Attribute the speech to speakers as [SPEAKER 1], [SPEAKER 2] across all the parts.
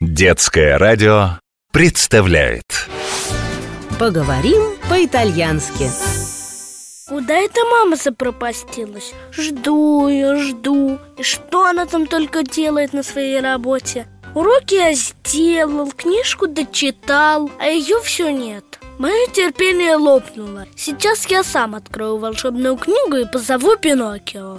[SPEAKER 1] Детское радио представляет
[SPEAKER 2] Поговорим по-итальянски
[SPEAKER 3] Куда эта мама запропастилась? Жду ее, жду И что она там только делает на своей работе? Уроки я сделал, книжку дочитал А ее все нет Мое терпение лопнуло Сейчас я сам открою волшебную книгу и позову Пиноккио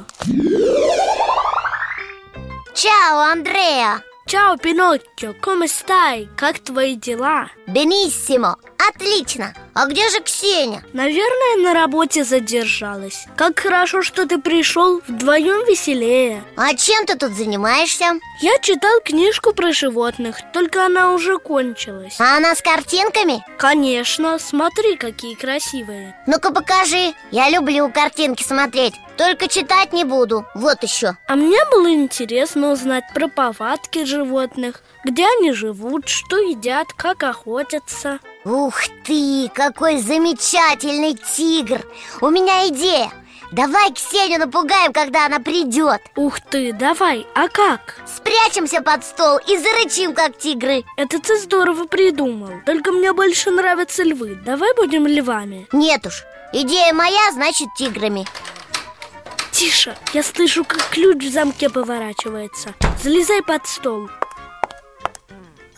[SPEAKER 4] Чао, Андреа!
[SPEAKER 3] Чао, Пиноккио, come stai? Как твои дела?
[SPEAKER 4] Бениссимо! Отлично! А где же Ксения?
[SPEAKER 3] Наверное, на работе задержалась Как хорошо, что ты пришел, вдвоем веселее
[SPEAKER 4] А чем ты тут занимаешься?
[SPEAKER 3] Я читал книжку про животных, только она уже кончилась
[SPEAKER 4] А она с картинками?
[SPEAKER 3] Конечно, смотри, какие красивые
[SPEAKER 4] Ну-ка покажи Я люблю картинки смотреть Только читать не буду Вот еще
[SPEAKER 3] А мне было интересно узнать про повадки животных Где они живут, что едят, как охотятся
[SPEAKER 4] Ух ты, какой замечательный тигр У меня идея Давай Ксению напугаем, когда она придет
[SPEAKER 3] Ух ты, давай, а как?
[SPEAKER 4] Спрячемся под стол и зарычим, как тигры
[SPEAKER 3] Это ты здорово придумал Только мне больше нравятся львы Давай будем львами
[SPEAKER 4] Нет уж, идея моя, значит тиграми
[SPEAKER 3] Тише, я слышу, как ключ в замке поворачивается Залезай под стол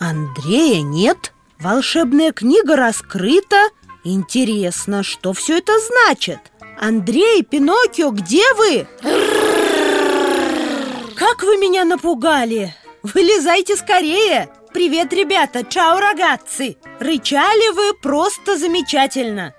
[SPEAKER 2] Андрея нет, волшебная книга раскрыта Интересно, что все это значит? Андрей, Пиноккио, где вы? Как вы меня напугали! Вылезайте скорее! Привет, ребята! Чао, рогатцы! Рычали вы просто замечательно!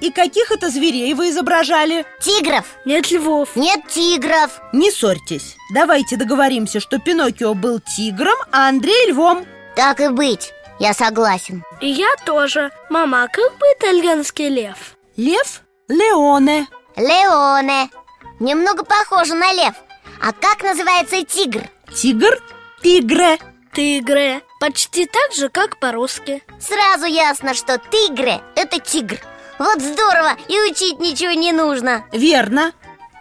[SPEAKER 2] И каких это зверей вы изображали?
[SPEAKER 4] Тигров?
[SPEAKER 3] Нет львов
[SPEAKER 4] Нет тигров
[SPEAKER 2] Не ссорьтесь. Давайте договоримся, что Пиноккио был тигром, а Андрей львом.
[SPEAKER 4] Так и быть, я согласен
[SPEAKER 3] И я тоже Мама, а как по-итальянски лев?
[SPEAKER 2] Лев – Леоне.
[SPEAKER 4] Леоне Немного похоже на лев А как называется тигр?
[SPEAKER 2] Тигр – Тигре.
[SPEAKER 3] Тигре Почти так же, как по-русски
[SPEAKER 4] Сразу ясно, что тигры – это тигр Вот здорово, и учить ничего не нужно
[SPEAKER 2] Верно.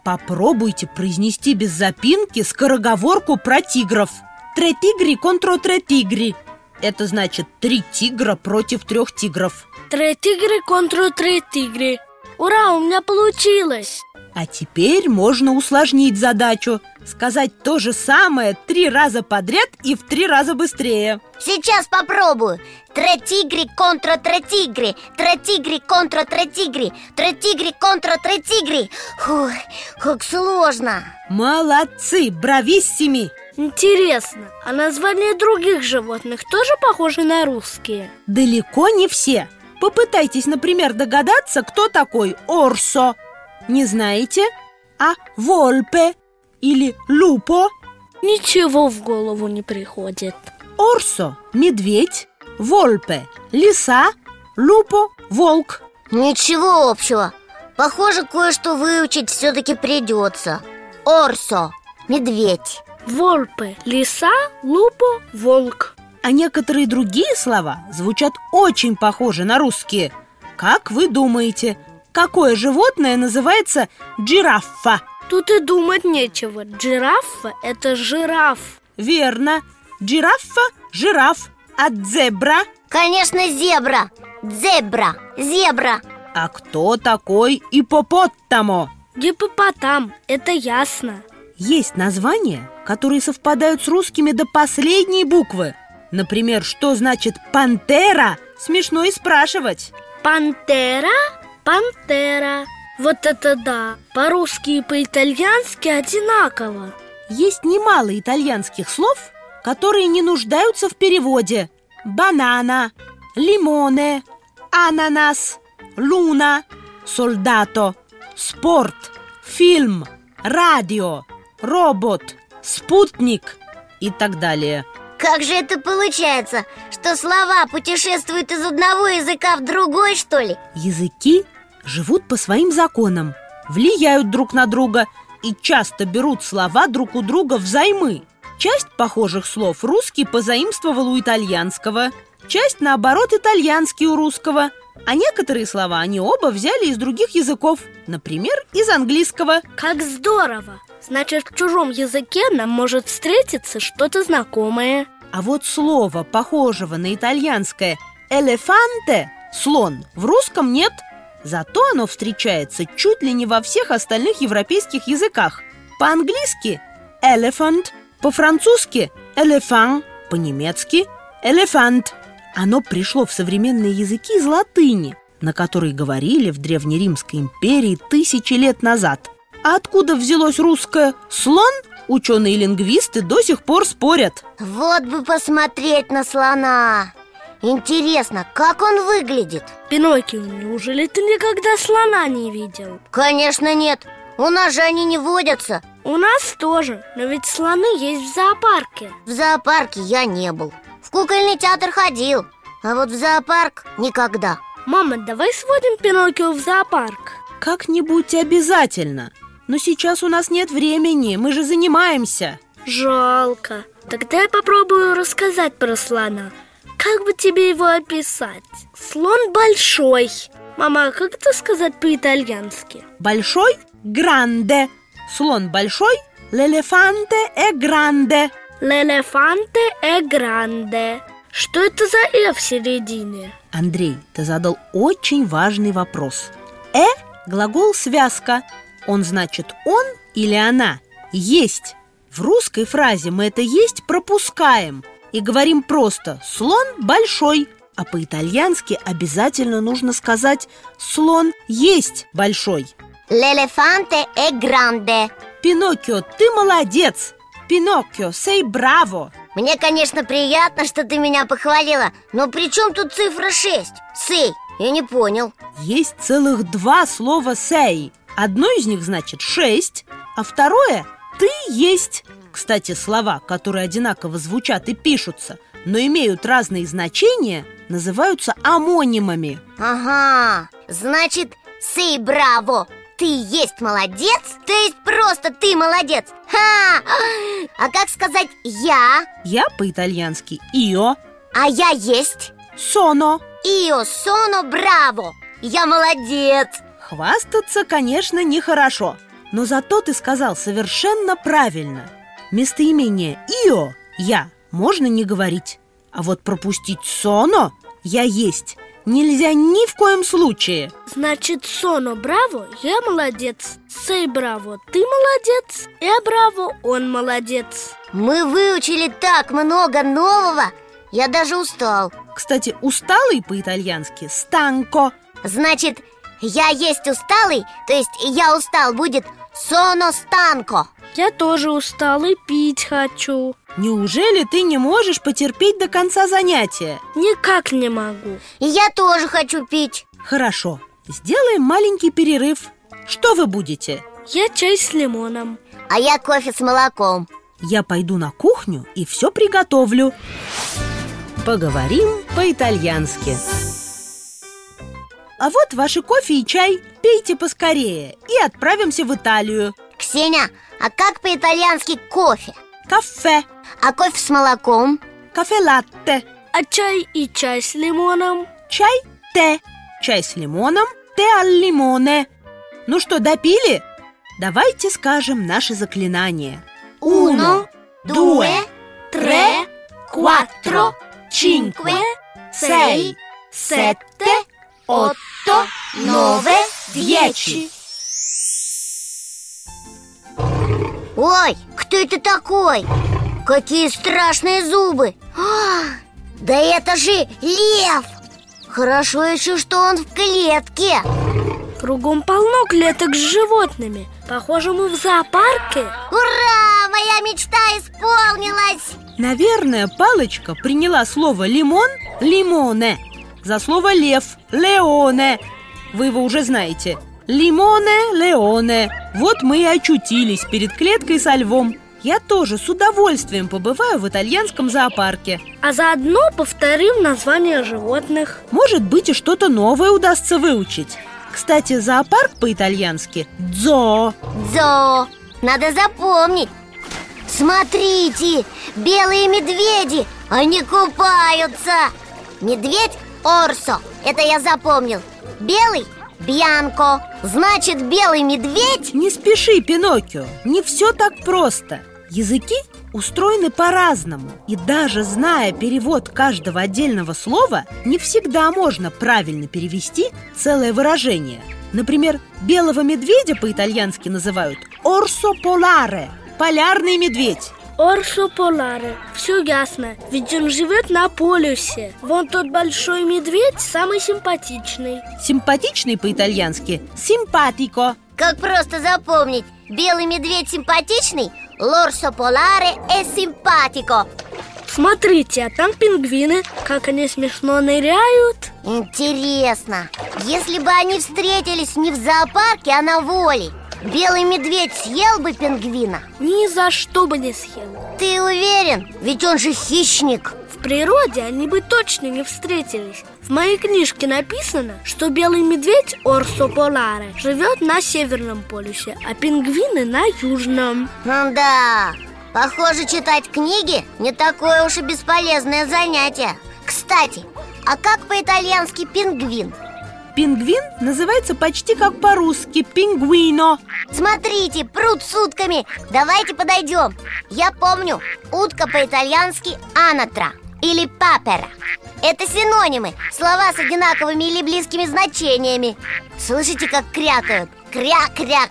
[SPEAKER 2] Попробуйте произнести без запинки скороговорку про тигров. Тре тигри контро тре тигри. Это значит три тигра против трех тигров.
[SPEAKER 3] Три тигры контру три тигры Ура, у меня получилось
[SPEAKER 2] А теперь можно усложнить задачу. Сказать то же самое три раза подряд и в три раза быстрее.
[SPEAKER 4] Сейчас попробую Тре тигри контра тре тигри Тре тигри контра тре тигри Тре тигри контра тре тигри Фух, как сложно
[SPEAKER 2] Молодцы, брависсими!
[SPEAKER 3] Интересно, а названия других животных тоже похожи на русские?
[SPEAKER 2] Далеко не все. Попытайтесь, например, догадаться, кто такой Орсо. Не знаете? А Вольпе или Лупо?
[SPEAKER 3] Ничего в голову не приходит
[SPEAKER 2] Орсо – медведь, Вольпе – лиса, Лупо – волк.
[SPEAKER 4] Ничего общего Похоже, кое-что выучить все-таки придется Орсо, медведь
[SPEAKER 3] Вольпы, лиса, лупо, волк
[SPEAKER 2] А некоторые другие слова звучат очень похоже на русские. Как вы думаете, какое животное называется джирафа?
[SPEAKER 3] Тут и думать нечего Джирафа – это жираф
[SPEAKER 2] Верно, джирафа – жираф, а зебра –
[SPEAKER 4] Конечно, зебра Зебра, зебра
[SPEAKER 2] А кто такой ипопоттамо?
[SPEAKER 3] Гиппопотам – это ясно
[SPEAKER 2] Есть названия, которые совпадают с русскими до последней буквы. Например, что значит пантера? Смешно и спрашивать.
[SPEAKER 3] Пантера, пантера Вот это да! По-русски и по-итальянски одинаково
[SPEAKER 2] Есть немало итальянских слов, которые не нуждаются в переводе. Банана, лимоне, ананас, луна, солдато, спорт, фильм, радио, робот, спутник и так далее.
[SPEAKER 4] Как же это получается, что слова путешествуют из одного языка в другой, что ли?
[SPEAKER 2] Языки живут по своим законам, влияют друг на друга и часто берут слова друг у друга взаймы. Часть похожих слов русский позаимствовал у итальянского, часть, наоборот, итальянский у русского, а некоторые слова они оба взяли из других языков, например, из английского.
[SPEAKER 3] Как здорово! Значит, в чужом языке нам может встретиться что-то знакомое
[SPEAKER 2] А вот слова, похожего на итальянское «элефанте» – слон, в русском нет. Зато оно встречается чуть ли не во всех остальных европейских языках. По-английски «elephant», по-французски «элефан», по-немецки «элефант». Оно пришло в современные языки из латыни, на которой говорили в Древнеримской империи тысячи лет назад. А откуда взялось русское «слон» ученые-лингвисты до сих пор спорят.
[SPEAKER 4] Вот бы посмотреть на слона Интересно, как он выглядит?
[SPEAKER 3] Пиноккио, неужели ты никогда слона не видел?
[SPEAKER 4] Конечно нет, у нас же они не водятся
[SPEAKER 3] У нас тоже, но ведь слоны есть в зоопарке
[SPEAKER 4] В зоопарке я не был В кукольный театр ходил А вот в зоопарк никогда
[SPEAKER 3] Мама, давай сводим Пиноккио в зоопарк
[SPEAKER 2] Как-нибудь обязательно. Но сейчас у нас нет времени, мы же занимаемся.
[SPEAKER 3] Жалко Тогда я попробую рассказать про слона Как бы тебе его описать? Слон большой Мама, а как это сказать по-итальянски?
[SPEAKER 2] Большой – гранде. Слон большой – лелефанте э гранде.
[SPEAKER 3] Лелефанте э гранде Что это за «э» в середине?
[SPEAKER 2] Андрей, ты задал очень важный вопрос. «Э» – глагол «связка». Он значит «он» или «она». «Есть». В русской фразе мы это «есть» пропускаем и говорим просто «слон большой». А по-итальянски обязательно нужно сказать «слон есть большой».
[SPEAKER 4] Лелефанте э гранде
[SPEAKER 2] Пиноккио, ты молодец! Пиноккио, сей браво!
[SPEAKER 4] Мне, конечно, приятно, что ты меня похвалила Но при чем тут цифра 6? Сей, я не понял
[SPEAKER 2] Есть целых два слова «сей». Одно из них значит «шесть», а второе «ты есть». Кстати, слова, которые одинаково звучат и пишутся, но имеют разные значения, называются амонимами.
[SPEAKER 4] Ага, значит, сей браво Ты есть молодец, то есть просто ты молодец Ха! А как сказать «я»,
[SPEAKER 2] Я по-итальянски «ио»,
[SPEAKER 4] а я есть?
[SPEAKER 2] «соно».
[SPEAKER 4] Ио соно браво! Я молодец!
[SPEAKER 2] Хвастаться, конечно, нехорошо, но зато ты сказал совершенно правильно. Местоимение «ио» – «я» можно не говорить, а вот пропустить «соно» – «я есть» нельзя ни в коем случае.
[SPEAKER 3] Значит, Соно браво, я молодец Сей браво, ты молодец Э браво, он молодец
[SPEAKER 4] Мы выучили так много нового Я даже устал
[SPEAKER 2] Кстати, «усталый» по-итальянски «станко»,
[SPEAKER 4] Значит, я есть усталый, то есть я устал будет Соно станко
[SPEAKER 3] Я тоже устал и пить хочу
[SPEAKER 2] Неужели ты не можешь потерпеть до конца занятия?
[SPEAKER 3] Никак не могу
[SPEAKER 4] И я тоже хочу пить
[SPEAKER 2] Хорошо, сделаем маленький перерыв. Что вы будете?
[SPEAKER 3] Я чай с лимоном
[SPEAKER 4] А я кофе с молоком
[SPEAKER 2] Я пойду на кухню и все приготовлю. Поговорим по-итальянски. А вот ваши кофе и чай. Пейте поскорее и отправимся в Италию.
[SPEAKER 4] Ксения, а как по-итальянски кофе?
[SPEAKER 2] Кафе,
[SPEAKER 4] А кофе с молоком?
[SPEAKER 2] кафе-латте,
[SPEAKER 3] А чай и чай с лимоном
[SPEAKER 2] чай те, чай с лимоном, те аль лимоне. Ну что, допили? Давайте скажем наше заклинание.
[SPEAKER 4] Uno,
[SPEAKER 2] дуэ,
[SPEAKER 4] тре,
[SPEAKER 2] quattro, cinque, sei,
[SPEAKER 4] сетте, отто, нове,
[SPEAKER 2] dieci.
[SPEAKER 4] Ой, кто это такой? Какие страшные зубы а, Да это же лев! Хорошо еще, что он в клетке
[SPEAKER 3] Кругом полно клеток с животными Похоже, мы в зоопарке
[SPEAKER 4] Ура! Моя мечта исполнилась!
[SPEAKER 2] Наверное, палочка приняла слово лимон лимоне за слово лев леоне. Вы его уже знаете. Лимоне леоне. Вот мы и очутились перед клеткой со львом. Я тоже с удовольствием побываю в итальянском зоопарке.
[SPEAKER 3] А заодно повторим название животных
[SPEAKER 2] Может быть, и что-то новое удастся выучить. Кстати, зоопарк по-итальянски «дзоо».
[SPEAKER 4] Дзо! Надо запомнить Смотрите, белые медведи, они купаются Медведь Орсо, это я запомнил Белый Бьянко Значит, белый медведь
[SPEAKER 2] Не спеши, Пиноккио, не все так просто Языки устроены по-разному. И даже зная перевод каждого отдельного слова, не всегда можно правильно перевести целое выражение. Например, белого медведя по-итальянски называют «орсо поларе» – «полярный медведь».
[SPEAKER 3] Орсо Поларе. Все ясно, ведь он живет на полюсе. Вон тот большой медведь самый симпатичный.
[SPEAKER 2] Симпатичный по-итальянски «симпатико».
[SPEAKER 4] Как просто запомнить Белый медведь симпатичный? Лорсо поларе е симпатико
[SPEAKER 3] Смотрите, а там пингвины, как они смешно ныряют.
[SPEAKER 4] Интересно, если бы они встретились не в зоопарке, а на воле Белый медведь съел бы пингвина?
[SPEAKER 3] Ни за что бы не съел.
[SPEAKER 4] Ты уверен? Ведь он же хищник
[SPEAKER 3] В природе они бы точно не встретились. В моей книжке написано, что белый медведь Орсо Поларе живет на северном полюсе, а пингвины на южном.
[SPEAKER 4] Да, похоже, читать книги не такое уж и бесполезное занятие Кстати, а как по-итальянски пингвин?
[SPEAKER 2] Пингвин называется почти как по-русски «пингвино».
[SPEAKER 4] Смотрите, пруд с утками Давайте подойдем Я помню, утка по-итальянски анатра или папера Это синонимы, слова с одинаковыми или близкими значениями Слышите, как крякают?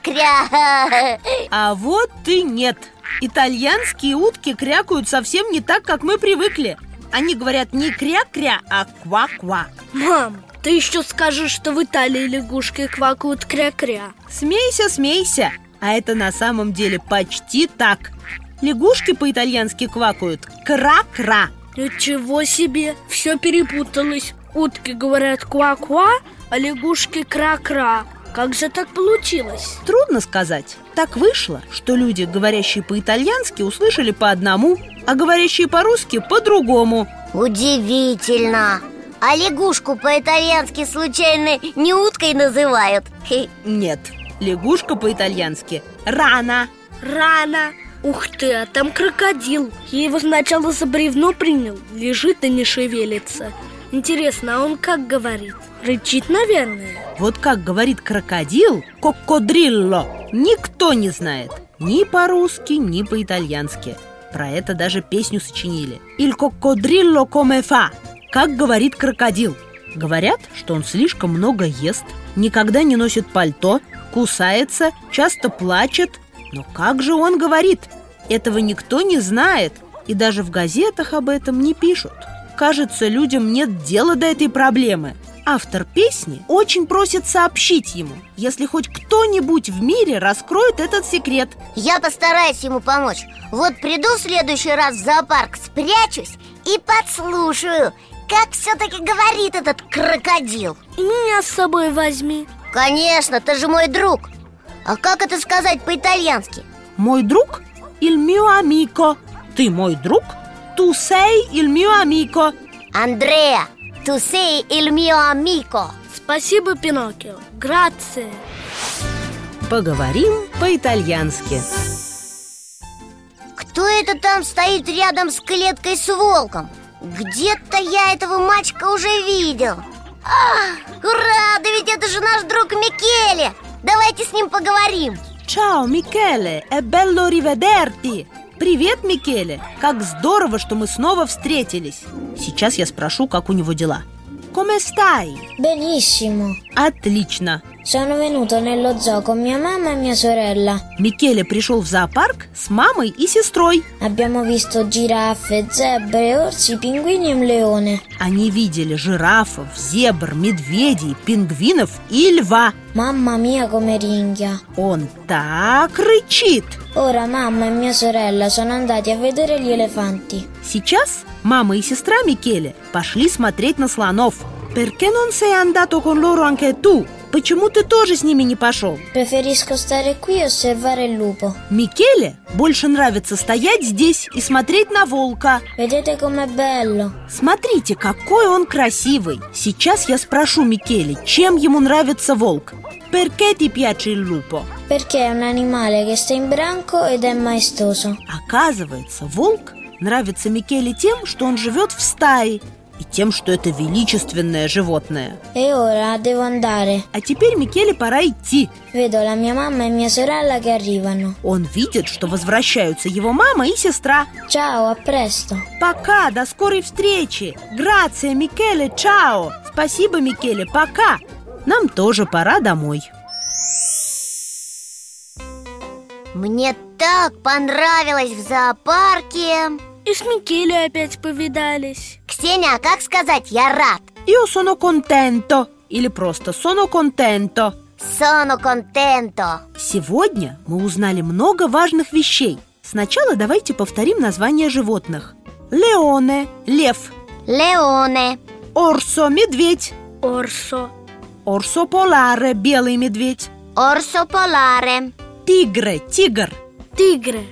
[SPEAKER 4] Кря-кря-кря
[SPEAKER 2] А вот и нет Итальянские утки крякают совсем не так, как мы привыкли Они говорят не кря-кря, а ква-ква
[SPEAKER 3] Мам, ты еще скажешь, что в Италии лягушки квакают кря-кря.
[SPEAKER 2] Смейся, смейся А это на самом деле почти так Лягушки по-итальянски квакают кра-кра
[SPEAKER 3] Ничего себе, все перепуталось. Утки говорят ква-ква, а лягушки кра-кра. Как же так получилось?
[SPEAKER 2] Трудно сказать Так вышло, что люди, говорящие по-итальянски, услышали по одному А говорящие по-русски по-другому
[SPEAKER 4] Удивительно! А лягушку по-итальянски случайно не уткой называют? Хе.
[SPEAKER 2] Нет, лягушка по-итальянски «рана»
[SPEAKER 3] Рано. Ух ты, а там крокодил. Я его сначала за бревно принял, лежит и не шевелится. Интересно, а он как говорит? Рычит, наверное.
[SPEAKER 2] Вот как говорит крокодил «кокодрилло» Никто не знает Ни по-русски, ни по-итальянски Про это даже песню сочинили «Иль кокодрилло коме фа» Как говорит крокодил Говорят, что он слишком много ест Никогда не носит пальто Кусается, часто плачет Но как же он говорит? Этого никто не знает И даже в газетах об этом не пишут Кажется, людям нет дела до этой проблемы Автор песни очень просит сообщить ему, если хоть кто-нибудь в мире раскроет этот секрет.
[SPEAKER 4] Я постараюсь ему помочь Вот приду в следующий раз в зоопарк, спрячусь и подслушаю Как все-таки говорит этот крокодил
[SPEAKER 3] И меня с собой возьми.
[SPEAKER 4] Конечно, ты же мой друг А как это сказать по-итальянски?
[SPEAKER 2] Мой друг или mio amico. Ты мой друг? Tu sei il mio amico.
[SPEAKER 4] Андреа, tu sei il mio amico
[SPEAKER 3] Спасибо, Пиноккио. Грация.
[SPEAKER 2] Поговорим по-итальянски.
[SPEAKER 4] Кто это там стоит рядом с клеткой с волком? Где-то я этого мальчика уже видел а, Ура, да ведь это же наш друг Микеле Давайте с ним поговорим
[SPEAKER 2] Чао, Микеле, e bello rivederti. Привет, Микеле. Как здорово, что мы снова встретились. Сейчас я спрошу, как у него дела. Come stai?
[SPEAKER 5] Benissimo,
[SPEAKER 2] Отлично.
[SPEAKER 5] sono venuto nello zoo con mia mamma e mia sorella.
[SPEAKER 2] Микеле пришел в зоопарк с мамой и сестрой.
[SPEAKER 5] Abbiamo visto giraffe, zebre, orsi, pinguini e un leone.
[SPEAKER 2] Они видели жирафов, зебр, медведей, пингвинов и льва.
[SPEAKER 5] Mamma mia come ringhia.
[SPEAKER 2] Он так рычит.
[SPEAKER 5] Ora mamma e mia sorella sono andati a vedere gli elefanti.
[SPEAKER 2] Сейчас мама и сестра Микеле пошли смотреть на слонов. Perché non sei andato con loro anche tu? Почему ты тоже с ними не пошел?
[SPEAKER 5] Preferisco stare qui e osservare il lupo.
[SPEAKER 2] Микеле больше нравится стоять здесь и смотреть на волка.
[SPEAKER 5] Vedete com'è bello?
[SPEAKER 2] Смотрите, какой он красивый. Сейчас я спрошу Микеле, чем ему нравится волк. Perché ti piace il lupo?
[SPEAKER 5] Perché è un animale che sta in branco ed è maestoso.
[SPEAKER 2] Оказывается, волк нравится Микеле тем, что он живет в стае и тем, что это величественное животное.
[SPEAKER 5] E ora devo andare.
[SPEAKER 2] А теперь Микеле пора идти.
[SPEAKER 5] Vedo la mia mamma e mia sorella che arrivano.
[SPEAKER 2] Он видит, что возвращаются его мама и сестра.
[SPEAKER 5] Ciao, a presto.
[SPEAKER 2] Пока, до скорой встречи. Грация, Микеле, чао. Спасибо, Микеле, пока. Нам тоже пора домой.
[SPEAKER 4] Мне так понравилось в зоопарке
[SPEAKER 3] И с Микеле опять повидались
[SPEAKER 4] Ксения, а как сказать «я рад»?
[SPEAKER 2] Io sono contento или просто sono contento.
[SPEAKER 4] Сону контенто
[SPEAKER 2] Сегодня мы узнали много важных вещей. Сначала давайте повторим название животных. Леоне – лев,
[SPEAKER 4] Леоне
[SPEAKER 2] Орсо – медведь,
[SPEAKER 3] Орсо,
[SPEAKER 2] Орсо поларе – белый медведь,
[SPEAKER 4] Орсо поларе
[SPEAKER 2] Тигре – тигр,
[SPEAKER 3] тигры,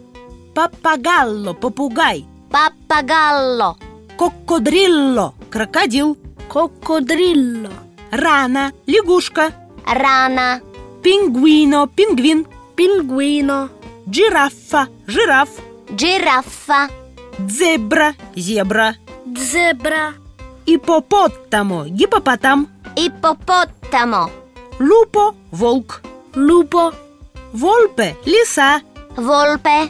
[SPEAKER 2] Папагалло – попугай,
[SPEAKER 4] Папагалло
[SPEAKER 2] Кокодрилло – крокодил,
[SPEAKER 3] кокодрилло,
[SPEAKER 2] Рана – лягушка,
[SPEAKER 4] Рана
[SPEAKER 2] Пингвино – пингвин,
[SPEAKER 3] пингвино,
[SPEAKER 2] Джирафа – жираф,
[SPEAKER 4] Джирафа
[SPEAKER 2] Зебра – зебра,
[SPEAKER 3] дзебра,
[SPEAKER 2] Ипопотамо – гипопотам,
[SPEAKER 4] Иппопотамо
[SPEAKER 2] Лупо – волк,
[SPEAKER 3] лупо,
[SPEAKER 2] Волпе – лиса,
[SPEAKER 4] Волпе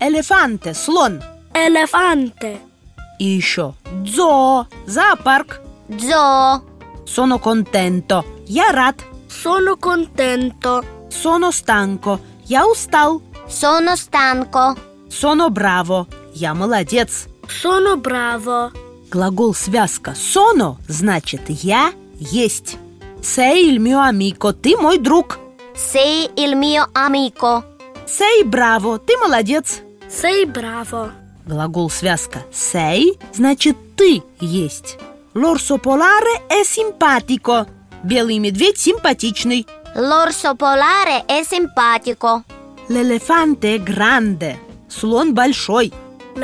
[SPEAKER 2] Элефанте – слон
[SPEAKER 3] элефанте,
[SPEAKER 2] И еще дзоо – зоопарк
[SPEAKER 4] Дзо
[SPEAKER 2] Соно контенто – я рад
[SPEAKER 3] соно контенто,
[SPEAKER 2] Соно станко – я устал
[SPEAKER 4] Соно станко
[SPEAKER 2] Соно браво – я молодец
[SPEAKER 3] соно браво,
[SPEAKER 2] Глагол связка «соно» значит «я есть» Сей иль мио амико – ты мой друг
[SPEAKER 4] Сей иль мио амико
[SPEAKER 2] Сей браво – ты молодец
[SPEAKER 3] сей браво,
[SPEAKER 2] Глагол связка «сей» значит «ты есть». Лорсо поларе е симпатико. Белый медведь симпатичный.
[SPEAKER 4] Лорсо поларе е симпатико
[SPEAKER 2] Лелефанте гранде. Слон большой.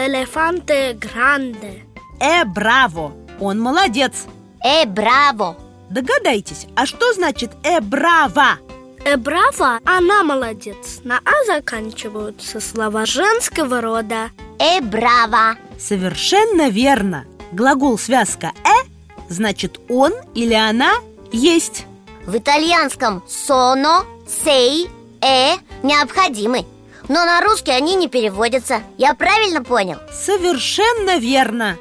[SPEAKER 3] лелефанте гранде,
[SPEAKER 2] Э браво. Он молодец.
[SPEAKER 4] Е браво
[SPEAKER 2] Догадайтесь, а что значит «э браво»?
[SPEAKER 3] Э, браво, она молодец. На «а» заканчиваются слова женского рода.
[SPEAKER 4] Е брава
[SPEAKER 2] Совершенно верно. Глагол связка «э» значит «он» или «она» есть.
[SPEAKER 4] В итальянском «соно», «сей», «э» необходимы Но на русский они не переводятся Я правильно понял?
[SPEAKER 2] Совершенно верно.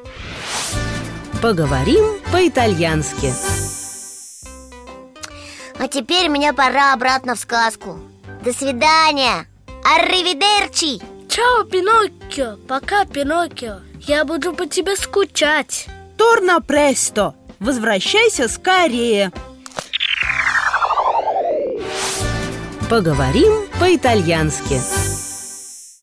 [SPEAKER 2] Поговорим по-итальянски.
[SPEAKER 4] А теперь мне пора обратно в сказку До свидания Арривидерчи
[SPEAKER 3] Чао, Пиноккио, пока, Пиноккио. Я буду по тебе скучать.
[SPEAKER 2] Торна престо! Возвращайся скорее! Поговорим по-итальянски.